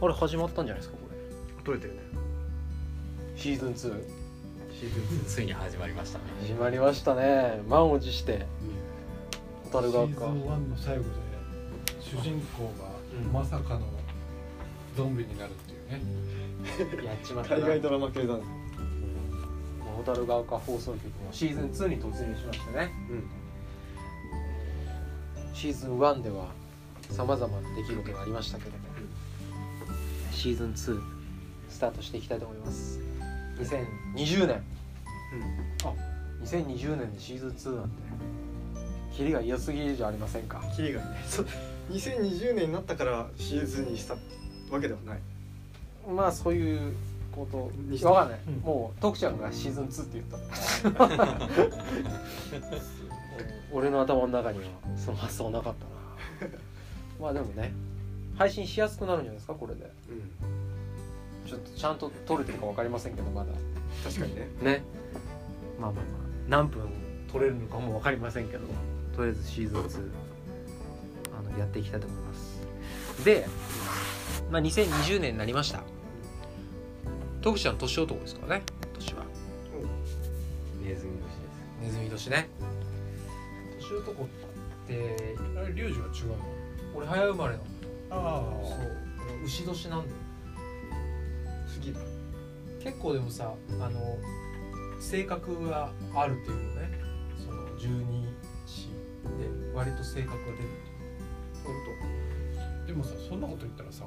あれ始まったんじゃないですかこれ取れたよねシーズン2シーズンついに始まりましたね始まりましたね満を持してシ蛍ーズ川ンか1の最後で主人公がうんまさかのゾンビになるっていうね、やっちまった海な外ドラマ系だね蛍川か放送局もシーズン2に突入しましたねうんシーズン1ではさまざまな出来事がありましたけどもシーズン2スタートしていきたいと思います2020年あ2020年でシーズン2なんてキリが良すぎるじゃありませんかキリがいないそう2020年になったからシーズンにしたわけではないまあそういうこにしとてわかんない、うんもう徳ちゃんがシーズン2って言った 俺の頭の中にはその発想なかったなまあでもね配信しやすくなるんじゃないですかこれでうんちょっとちゃんと撮れてるか分かりませんけどまだ確かにねねまあまあまあ何分撮れるのかも分かりませんけどとりあえずシーズン2あのやっていきたいと思いますで、まあ、2020年になりました徳ちゃん年男ですからね年はネズミ年ネズミ年ね年男ってあれリュウジは違うの俺早生まれなのああそう牛年なんだよ次だ結構でもさあの性格があるっていうよねその12子で割と性格が出るっていうでもさそんなこと言ったらさ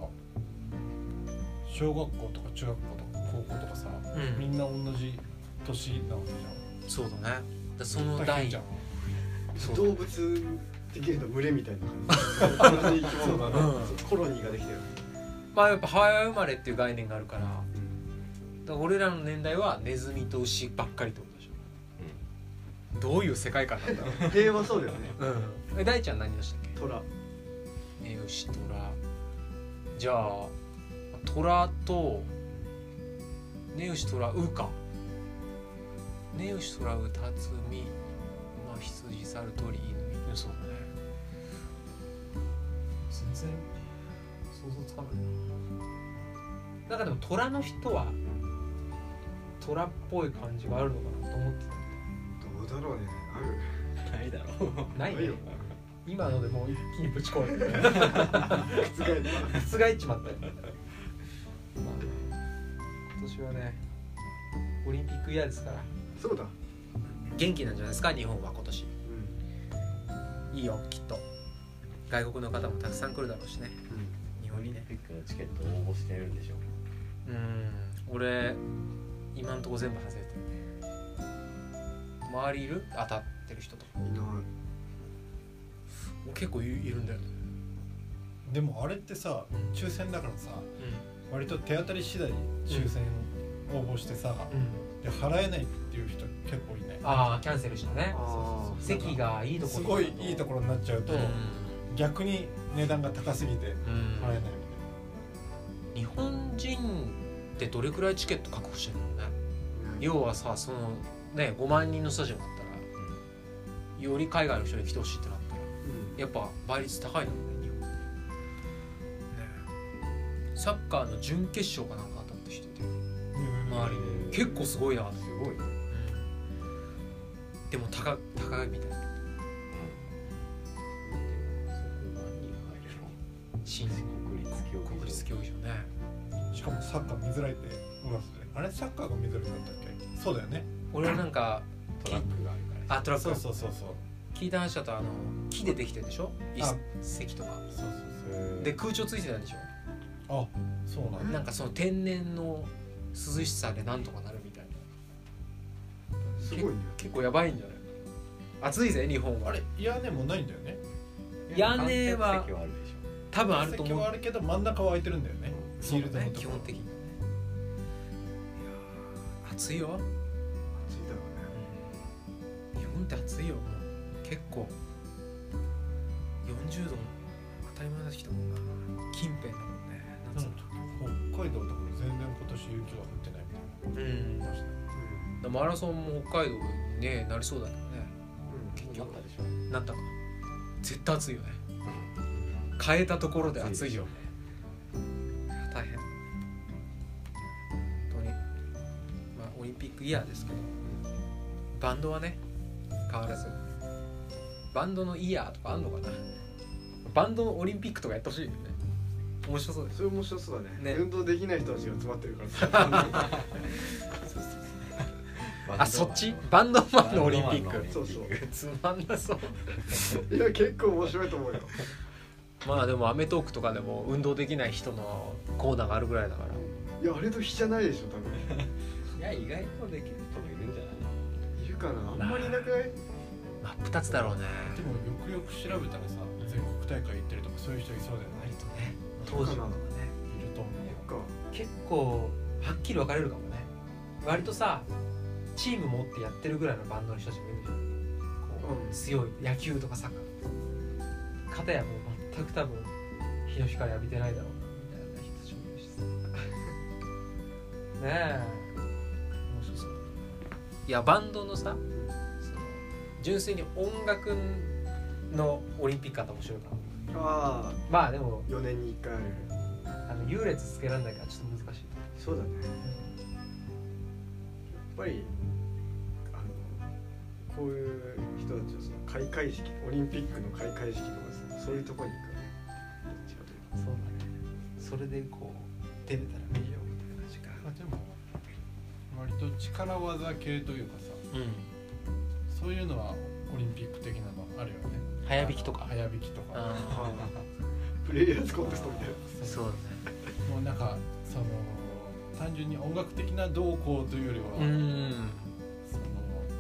小学校とか中学校とか高校とかさうみんな同じ年なわけじそうだねだからそゃのん大変じゃんそう動物的に言うと群れみたいな感じ同じ生き物がそうだねコロニーができてるまあやっぱ早生まれっていう概念があるからだから俺らの年代はネズミと牛ばっかりってことでしょ、どういう世界観なんだろ平和そうだよねう、え大ちゃん何でしたっけ虎え牛虎じゃあ虎とネウシトラウかネウシトラウタツミ馬羊猿鳥犬そうだね全然想像つかないななんかでも虎の人は虎っぽい感じがあるのかなと思ってどうだろうねあるないだろうた ないないねよ今のでもう一気にぶち壊れて覆る覆っちま ったよ、まあね、今年はねオリンピックイヤーですからそうだ元気なんじゃないですか日本は今年うんいいよきっと外国の方もたくさん来るだろうしね日オ本リにンねピックのチケット応募してるんでしょうん俺今んとこ全部外れてる周りいる当たってる人とかうんいない俺結構いいるんだよねでもあれってさ抽選だからさ割と手当たり次第抽選応募してさ、うん、で払えないっていう人結構いないああキャンセルしたねあー席がいいとこすろごいいいところになっちゃうと、逆に値段が高すぎてうん払えないみたい日本人ってどれくらいチケット確保してるのねよ要はさそのね5万人のスタジアムだったら、より海外の人に来てほしいってなったらやっぱ倍率高いのね日本ねサッカーの準決勝かなんか当たった人いてな、周りに結構すごいなと思ってすごいねでも高高いみたいなうんでもそこ何人入れるの新鮮国立競技場国立競技場ねしかもサッカー見づらいってうわあれサッカーが見づらいだったっけそうだよね俺はなんかトラックがあるからあトラックそうそうそうそう聞いた話だとあの木でできてるでしょ椅あ子席とかそうそうへーで空調ついてないんでしょそうあそうなんだなんかその天然の涼しさでなんとかなるみたいなすごいね結構やばいんじゃない暑いぜ日本はあれ屋根もないんだよね屋根は観客席はあるでしょ多分あると席思うはあるけど真ん中は空いてるんだよねそフうィールドだのねと基ころ本的にねいやー暑いよついたよね日本って暑いよもう結構40度当たり前だしきたもんな近辺だもんね夏の時北海道とかも全然今年雪は降ってないみたうんいな話だよマラソンも北海道にねなりそうだけどね結局あったでしょなったか絶対暑いよね変えたところで暑いよね大変ギアですけどバンドはね変わらずバンドのイヤーとかあんのかなバンドのオリンピックとかやってほしいよね面白そうですそれ面白そうだねね運動できない人たちが集まってるからさあそっちバンドマンのオリンピッバドマクンのオリンピックそうそうつまんなそういや結構面白いと思うよまあでも『アメトーーク』とかでも運動できない人のコーナーがあるぐらいだからいやあれと比じゃないでしょ多分いや意外とできる人もいるんじゃないいるかなあんまりいなくない真っ二つだろうねでもよくよく調べたらさ全国大会行ってるとかそういう人いそうだよねね当時のねいると思うか結構はっきり分かれるかもね割とさチーム持ってやってるぐらいのバンドの人たちもいるじゃんこううん強い野球とかサッカーとか片やもう全く多分日の光浴びてないだろうなみたいな人たちもいるし さねえ面白そういやバンドのさその純粋に音楽のオリンピックあったら面白いかなああまあでも4年に1回あるあの優劣つけられないからちょっと難しいそうだねやっぱりあのこういう人たちはその開会式オリンピックの開会式とかさそういうとこに行くよねどっちかというそうだねそれでこう出れたら見ようみたいな感じかまあでも割と力技系というかさうんそういうのはオリンピック的なのあるよね早弾きとか早弾きとかとあープレイヤーズコンテストみたいなそうだねもうなんかその単純に音楽的な動向というよりは、うんその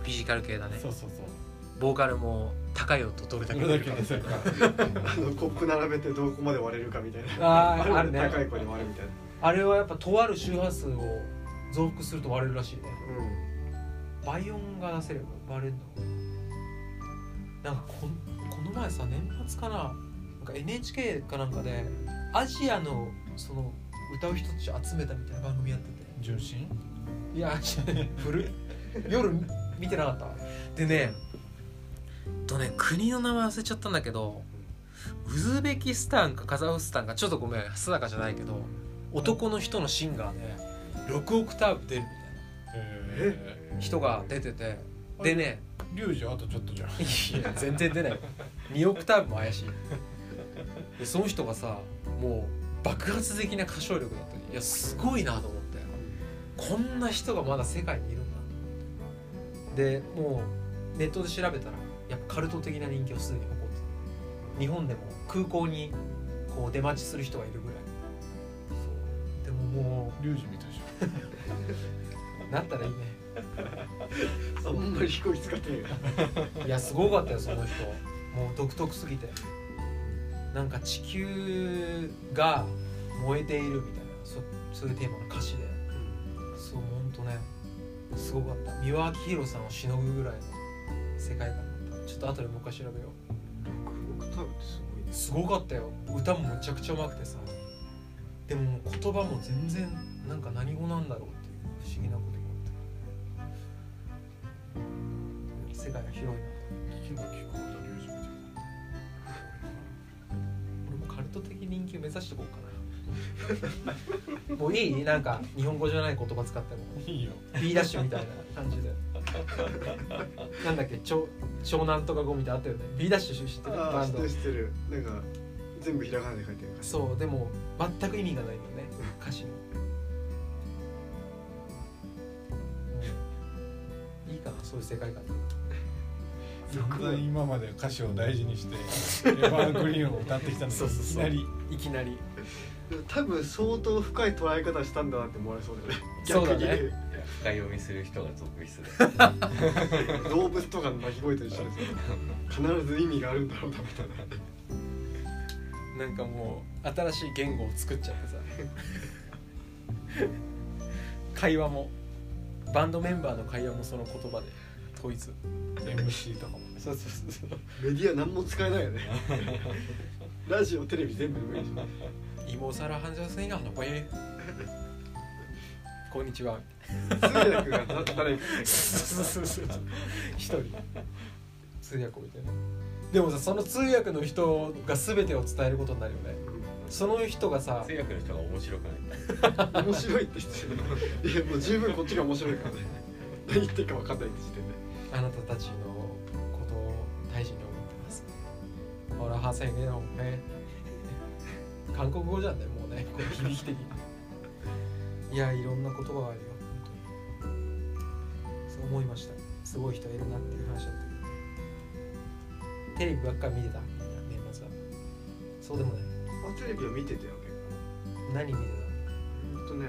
フィジカル系だねそうそうそうボーカルも高い音どれだけど出れるだけか出せるかあのコップ並べてどこまで割れるかみたいなあーよあるね高い声で割るみたいなあれはやっぱとある周波数を増幅すると割れるらしいね倍音が出せれば割れるのなんかこんこの前さ年末かななんか NHK かなんかでアジアのその歌う人たち集めたみたいな番組やってて重心 いや、古い。夜見てなかった。でね、えっとね国の名前忘れちゃったんだけどウズベキスタンかカザフスタンかちょっとごめん定かじゃないけど男の人のシンガーで6オクターブ出るみたいえな人が出ててでねリュウジあとちょっとじゃんいや全然出ない2オクターブも怪しいでその人がさもう爆発的な歌唱力だったいやすごいなと思ってこんな人がまだ世界にいるんだと思ってでもうネットで調べたらやっぱカルト的な人気をすでに誇ってた日本でも空港にこう出待ちする人がいるぐらいそうでももリュウジみたいじうなったらいいねうんあんまり飛行機使ってないいやすごかったよその人もう独特すぎてなんか地球が燃えているみたいなそそういうテーマの歌詞でそうほんとねすごかった三輪明宏さんをしのぐぐらいの世界観だったちょっと後でもう一回調べよ6オクターブってすごいねうすごかったよ歌もむちゃくちゃうまくてさでももう言葉も全然なんか何語なんだろうっていう不思議なことがあって世界が広いなゃん聞けば聞くほどリュウジみたい俺もカルト的人気を目指していこうかな もういいなんか日本語じゃない言葉使ってもいいよ B ダッシュみたいな感じでなんだっけ長長男とか語みたいなのあったよね B ダッシュ知ってるあバあン知っドてる知ってるなんか全部ひらがなで書いてるからそうでも全く意味がないんだよね歌詞に、うんいいかなそういう世界観で散々今まで歌詞を大事 にしてエヴァーグリーンを歌ってきたのにいそうそうきそうなりいきなり多分相当深い捉え方したんだなって思われそうだよねそうだねいや深読みする人が続出で逆に動物とかの鳴き声と一緒です必ず意味があるんだろうなみたいななんかもう新しい言語を作っちゃってさ 会話もバンドメンバーの会話もその言葉で統一 MC とかもそうそうそうそうメディア何も使えないよねラジオテレビ全部でもいいでしょ今更話しますいのこえこんにちは通訳がな誰かそうそうそうそう一人通訳置いてねでもさその通訳の人が全てを伝えることになるよねその人がさ通訳の人が面白くない面白いって言ってるいやもう十分こっちが面白いからね何言ってるか分かんないって時点であなたたちのことを大事に思ってます。俺はハセねお前。韓国語じゃんねもうねこれ響き的に。いやいろんな言葉があるよ本当に。そう思いました。すごい人いるなっていう話だったけど。テレビばっか見てたみんな年末は。そうでもない。あテレビを見てたよ結何見てた？構ほんとね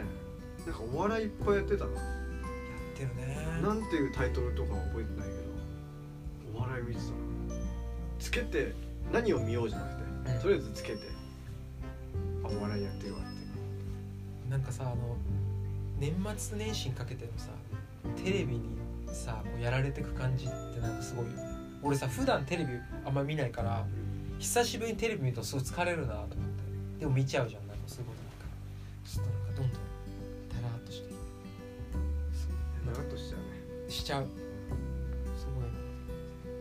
なんかお笑いいっぱいやってたなやってるね。なんていうタイトルとかは覚えてないけどお笑い見てたなつけて何を見ようじゃなくてとりあえずつけてあお笑いやってるわってなんかさあの年末年始にかけてのさテレビにさこうやられてく感じってなんかすごいよね俺さ普段テレビあんま見ないから久しぶりにテレビ見るとすごい疲れるなと思ってでも見ちゃうじゃんなんかそういうことなんかちょっとなんかどんどんタラーっとしてき長っとしちゃうねてしちゃうすごい食べちゃうわいっぱい食べ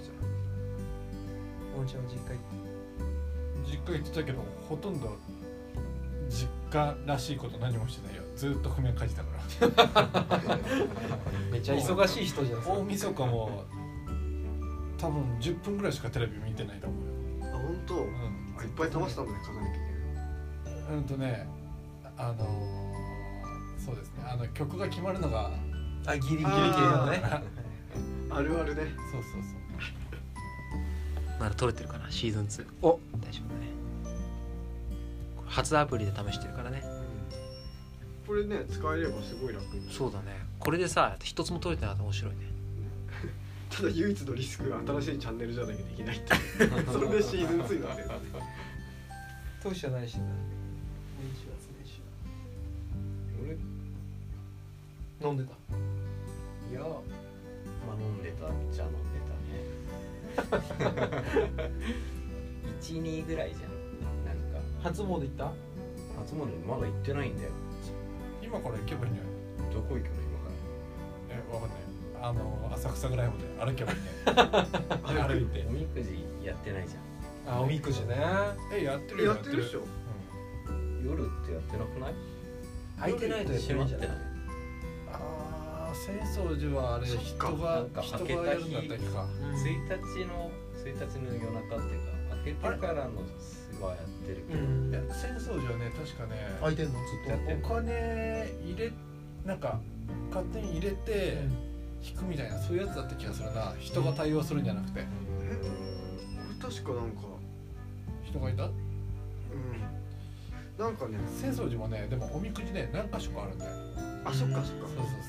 ちゃう俺ちゃんは実家行って実家行ってたけどほとんど実家らしいこと何もしてないよずっと譜面書いてたからめっちゃ忙しい人じゃん大晦日も多分10分ぐらいしかテレビ見てないと思うよ、あ本当、うんあいっぱい騙したもんね書かなきゃいけうんとねあのーそうですねあの曲が決まるのがあギリギリ系あのーねないあるあるねそうそうそうまだ撮れてるかなシーズン2お大丈夫だねこれ初アプリで試してるからねこれね使えればすごい楽になるそうだねこれでさ一つも撮れてなかったら面白いねただ唯一のリスクが新しいチャンネルじゃなきゃできないって それでシーズン2になるよね当初は何してたの年始は年始は飲んでた俺いやまあ飲んでたじゃ飲んで たね12ぐらいじゃんなんか初詣行った初詣まだ行ってないんだよ今から行けばいいんじゃないどこ行くの今かえわかんないあの浅草ぐらいまで歩けばいいんじゃない 歩いてらおみくじやってないじゃんあおみくじねえやってるやよってるでしょう夜ってやってなくない開いてないとやって閉なまいっじゃなていないんああ浅草寺はあれそ人っかがなんか人開けた日がやるんだったっけか1日の1日の夜中っていうか明けてからのはやってるけうど、んいや浅草寺はね確かねいてんのお金入れなんか勝手に入れて引くみたいなそういうやつだった気がするな人が対応するんじゃなくて俺確かなんか人がいたうんなんかね浅草寺もねでもおみくじね何箇所かあるんだよあそっかそっかそうそう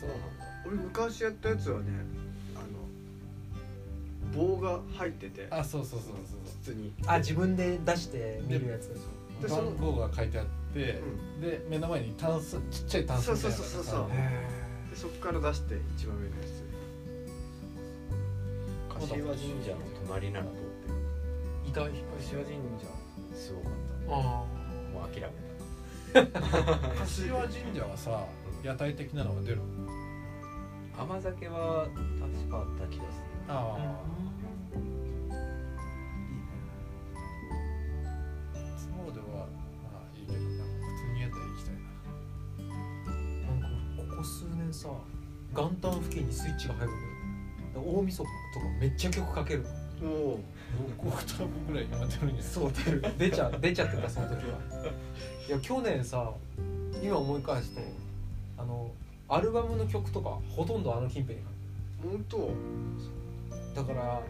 そう俺昔やったやつはねあの棒が入っててあそうそうそうそうそ筒うにあ自分で出して見るやつでその番号が書いてあって、で目の前にタンスちっちゃいタンスみたいなそのがうそうそうそうでそっから出して一番上のや柏神社の隣ならどうっていた引っ柏神社すごかっあたもう諦め柏神社はさ屋台的なのが出るた甘酒は確かあった気がするああ初詣はまあいいけどな普通に屋台行きたいなんかなここ数年さ元旦付近にスイッチが入るんだよ大晦日とかめっちゃ曲かけるつおお6オクターブぐらい今出るんじゃないそう出る出ちゃ出ちゃってたその時はいや去年さ今思い返すとあのアルバムの曲とかほとんどあの近辺に本当だから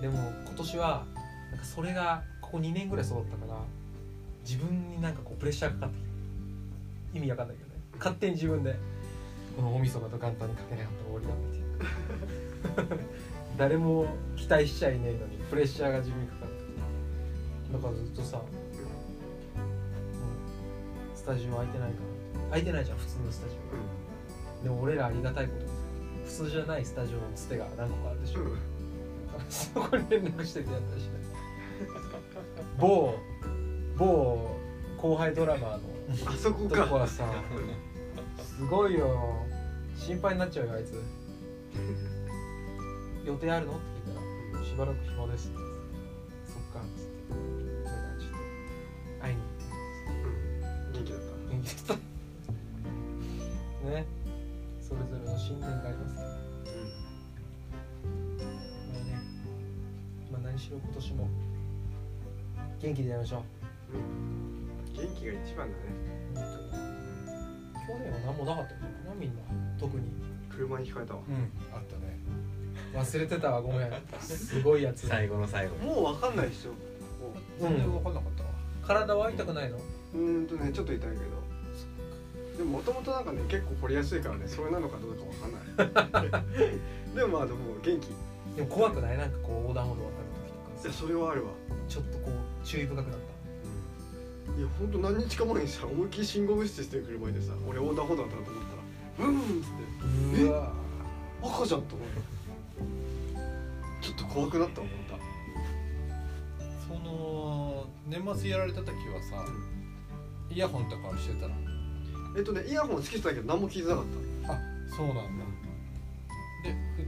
でも今年はなんかそれがここ2年ぐらいそうだったから自分になんかこうプレッシャーがかかってきた意味わかんないけどね勝手に自分でこの大晦日と元旦にかけなかったら終わりだみたいな誰も期待しちゃいねえのにプレッシャーが自分にかかってきただからずっとさ、うん、スタジオ空いてないかな空いてないじゃん普通のスタジオでも俺らありがたいことにさ普通じゃないスタジオのつてが何個かあるでしょ、うんそこに連絡してみたいな話ね某某後輩ドラマーのあそことこ かは さすごいよ心配になっちゃうよあいつ予定あるのって聞いたらしばらく暇ですって言ってそっかっつってだからちょっと会いにうん元気だった行って元気だった 信念がありますねまあねまあ何しろ今年も元気でやりましょう元気が一番だね本当に去年は何もなかったんじゃないかなみんな特に車にひかれたわうんあったね忘れてたわご めんすごいやつ最後の最後にもうわかんないっしょ全然分かんなかったわ、体は痛くないのうーんとねちょっと痛いけどでももともとなんかね結構掘りやすいからねそれなのかどうかわかんない でもまあでも元気いでも怖くないなんかこう横断歩道渡る時とやかそれはあるわちょっとこう注意深くなっいやほんと何日か前にさ思いっきり信号無視してる車いてさ俺横断歩道だったなと思ったらブーンっつってたうわ赤じゃんと思ったちょっと怖くなった思ったその年末やられた時はさイヤホンとかはしてたのえっとねイヤホンつけてたけど何も聞いてなかっあそうなんだでふ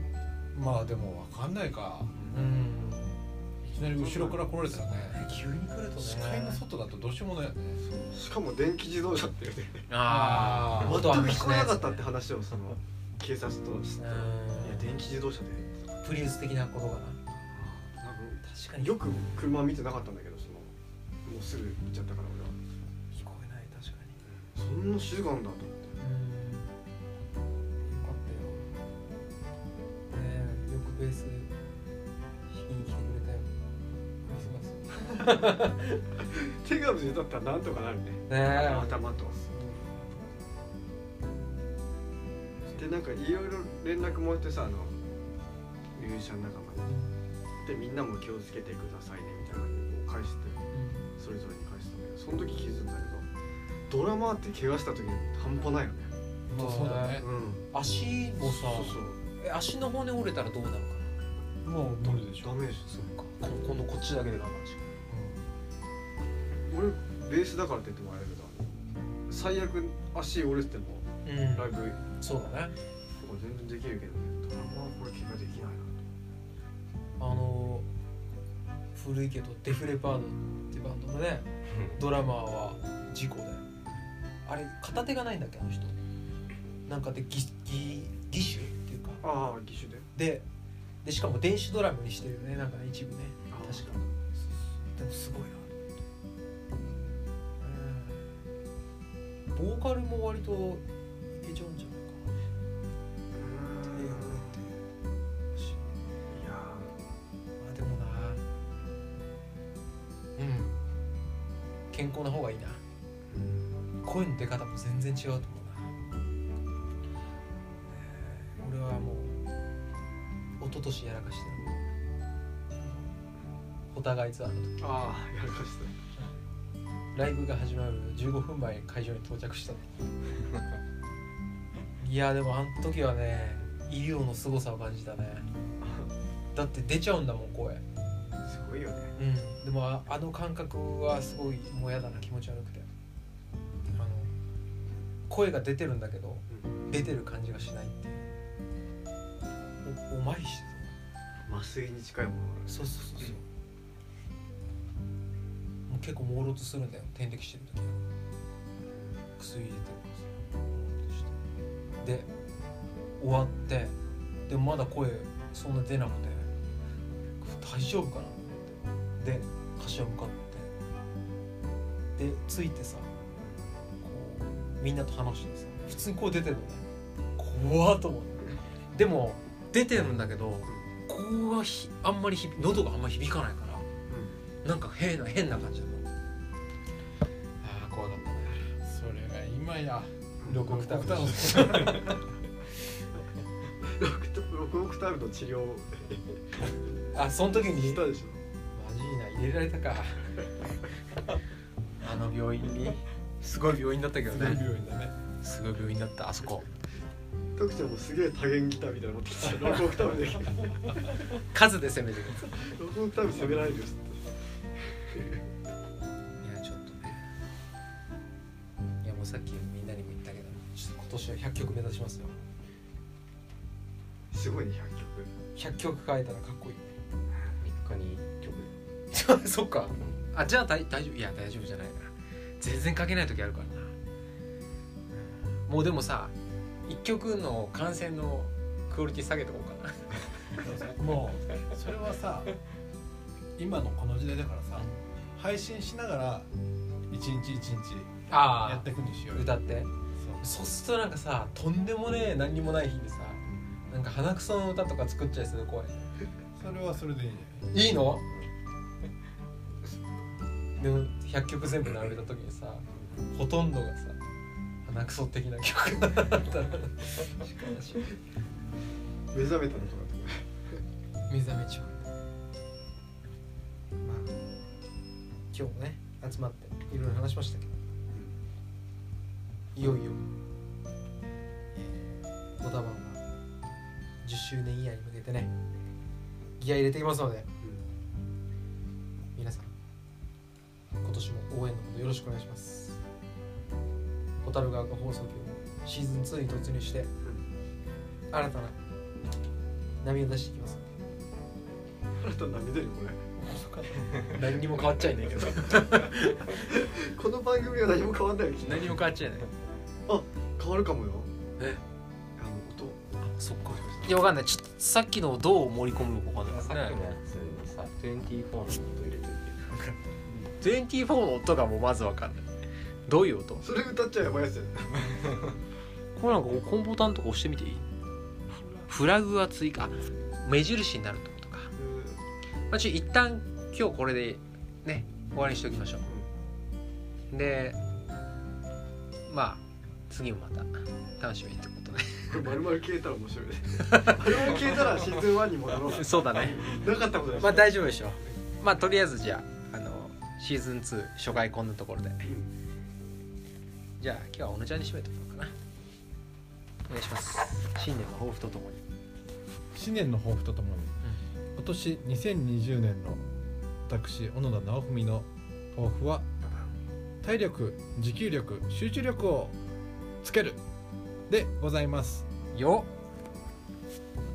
まあでも分かんないかうんいきなり後ろから来られたらね急に来るとね視界の外だとどうしようもないよねたしかも電気自動車っていうねあ全ーく音は聞こえなかったっねて話をその警察と知っていや電気自動車でプリウス的なことかななん確かかよく車見てなかったんだけどそのもうすぐ行っちゃったから俺は聞こえない確かにそんな静かなんだと思ってうんよかったよねえよくベース弾きに来てくれたよクリスマス手が無事だったらなんとかなるねねえ頭とでなんかいろいろ連絡もらってさあのミュージシャン仲間にでみんなも気をつけてくださいねみたいなのを返してそれぞれに返したんだけどその時気づいたんだけどドラマーって怪我した時半端ないよねまあそうだねうん足もさそうそうえ足の骨折れたらどうなるかなもう無理でしょ、ダメージするこ今度こっちだけで我慢しよ俺ベースだからって言ってもあれだけど最悪足折れてもう、ライブとかうん、そうだね全然できるけどねドラマはこれ怪我できないなあのー古いけどデフレパードってバンドのねドラマーは事故だよあれ片手がないんだっけあの人なんかでぎぎ義手っていうかああ義手でででしかも電子ドラムにしてるよねなんかね一部ねあ確かでもすごいなうんボーカルも割といけちゃうんじゃなうーいかな英ん語っていやまあでもなうん健康な方がいいなーうん声の出方も全然違うと思うな、ねえ俺はもう一昨年やらかしてるお互いツアーの時ああやらかしたライブが始まる15分前に会場に到着したの いやでもあの時はね医療の凄さを感じたねだって出ちゃうんだもん声すごいよねうん、でもああの感覚はすごいもうやだな気持ち悪くてあの声が出てるんだけど出てる感じがしないっていうおおまひして麻酔に近いものたそうそうそうそうもう結構朦朧とするんだよ点滴してる時は薬入れてるからさで終わってでもまだ声そんな出なくて大丈夫かなと思ってで柏向かってで着いてさこうみんなと話してさ普通にこう出てるのね怖っと思ってでも出てるんだけどここがひあんまりひび喉があんまり響かないからなんか変な変な感じだったあー怖かったねそれが今や六オクターブのロクタ6オクターブの治療をあその時にしたでしょマジいな入れられ たかあの病院にすごい病院だったけど病ね院だねすごい病院だったあそこ徳ちゃんもすげえ多元ギターみたいなの持ってきて6オクタ ーブで数で攻めてくる6オクターブ攻められるよっつっていやちょっとねいやもうさっきみんなにも言ったけどちょっと今年は100曲目指しますよすごいね100 100曲書いたらかっこいい3日に1曲 そっかあじゃあ大大丈夫いや大丈夫じゃないな全然書けない時あるからなもうでもさ一曲の感染のクオリティ下げとこうかなもうそれはさ今のこの時代だからさ配信しながら一日一日やあっていくにしよあうよ歌ってそそううするとなんかさとんでもねえ何にもない日にさなんか鼻くその歌とか作っちゃいそうで怖いそれはそれでいいんじゃないいいのでも100曲全部並べた時にさほとんどがさ鼻くそ的な曲だったら目覚めたのとかって目覚めちゃうまあ、今日もね集まっていろいろ話しましたけどいよいよえーオタバンが10周年イヤーに向けてねギア入れていきますので、皆さん今年も応援のほどよろしくお願いします小樽川が放送局もシーズン2に突入して新たな波を出していきますので新たな波出るこれ何にも変わっちゃいないけどこの番組は何も変わんないよきっと 何も変わっちゃいない変わるかもよえあの音そっかいやわかんないちょっとさっきのをどう盛り込むのかわかんないですさねっきのやつにさ24の音入れといて 24の音がもうまずわかんないどういう音それ歌っちゃやばいやつやこれなんかこうコンボタンとか押してみていいフラグは追加あ目印になるってことか、まあ、ちょ一旦今日これでね終わりにしておきましょうでまあ次もまた楽しみってことねこれ丸々消えたら面白いね丸々消えたらシーズン1に戻ろ うそうだねなかったことだしまあ大丈夫でしょまあとりあえずじゃああのシーズン2初回こんなところでじゃあ今日は小野ちゃんに締めてもらおうかなお願いします新年の抱負とともに新年の抱負とともに、今年2020年の私小野田直文の抱負は体力持久力集中力をつけるでございますよっ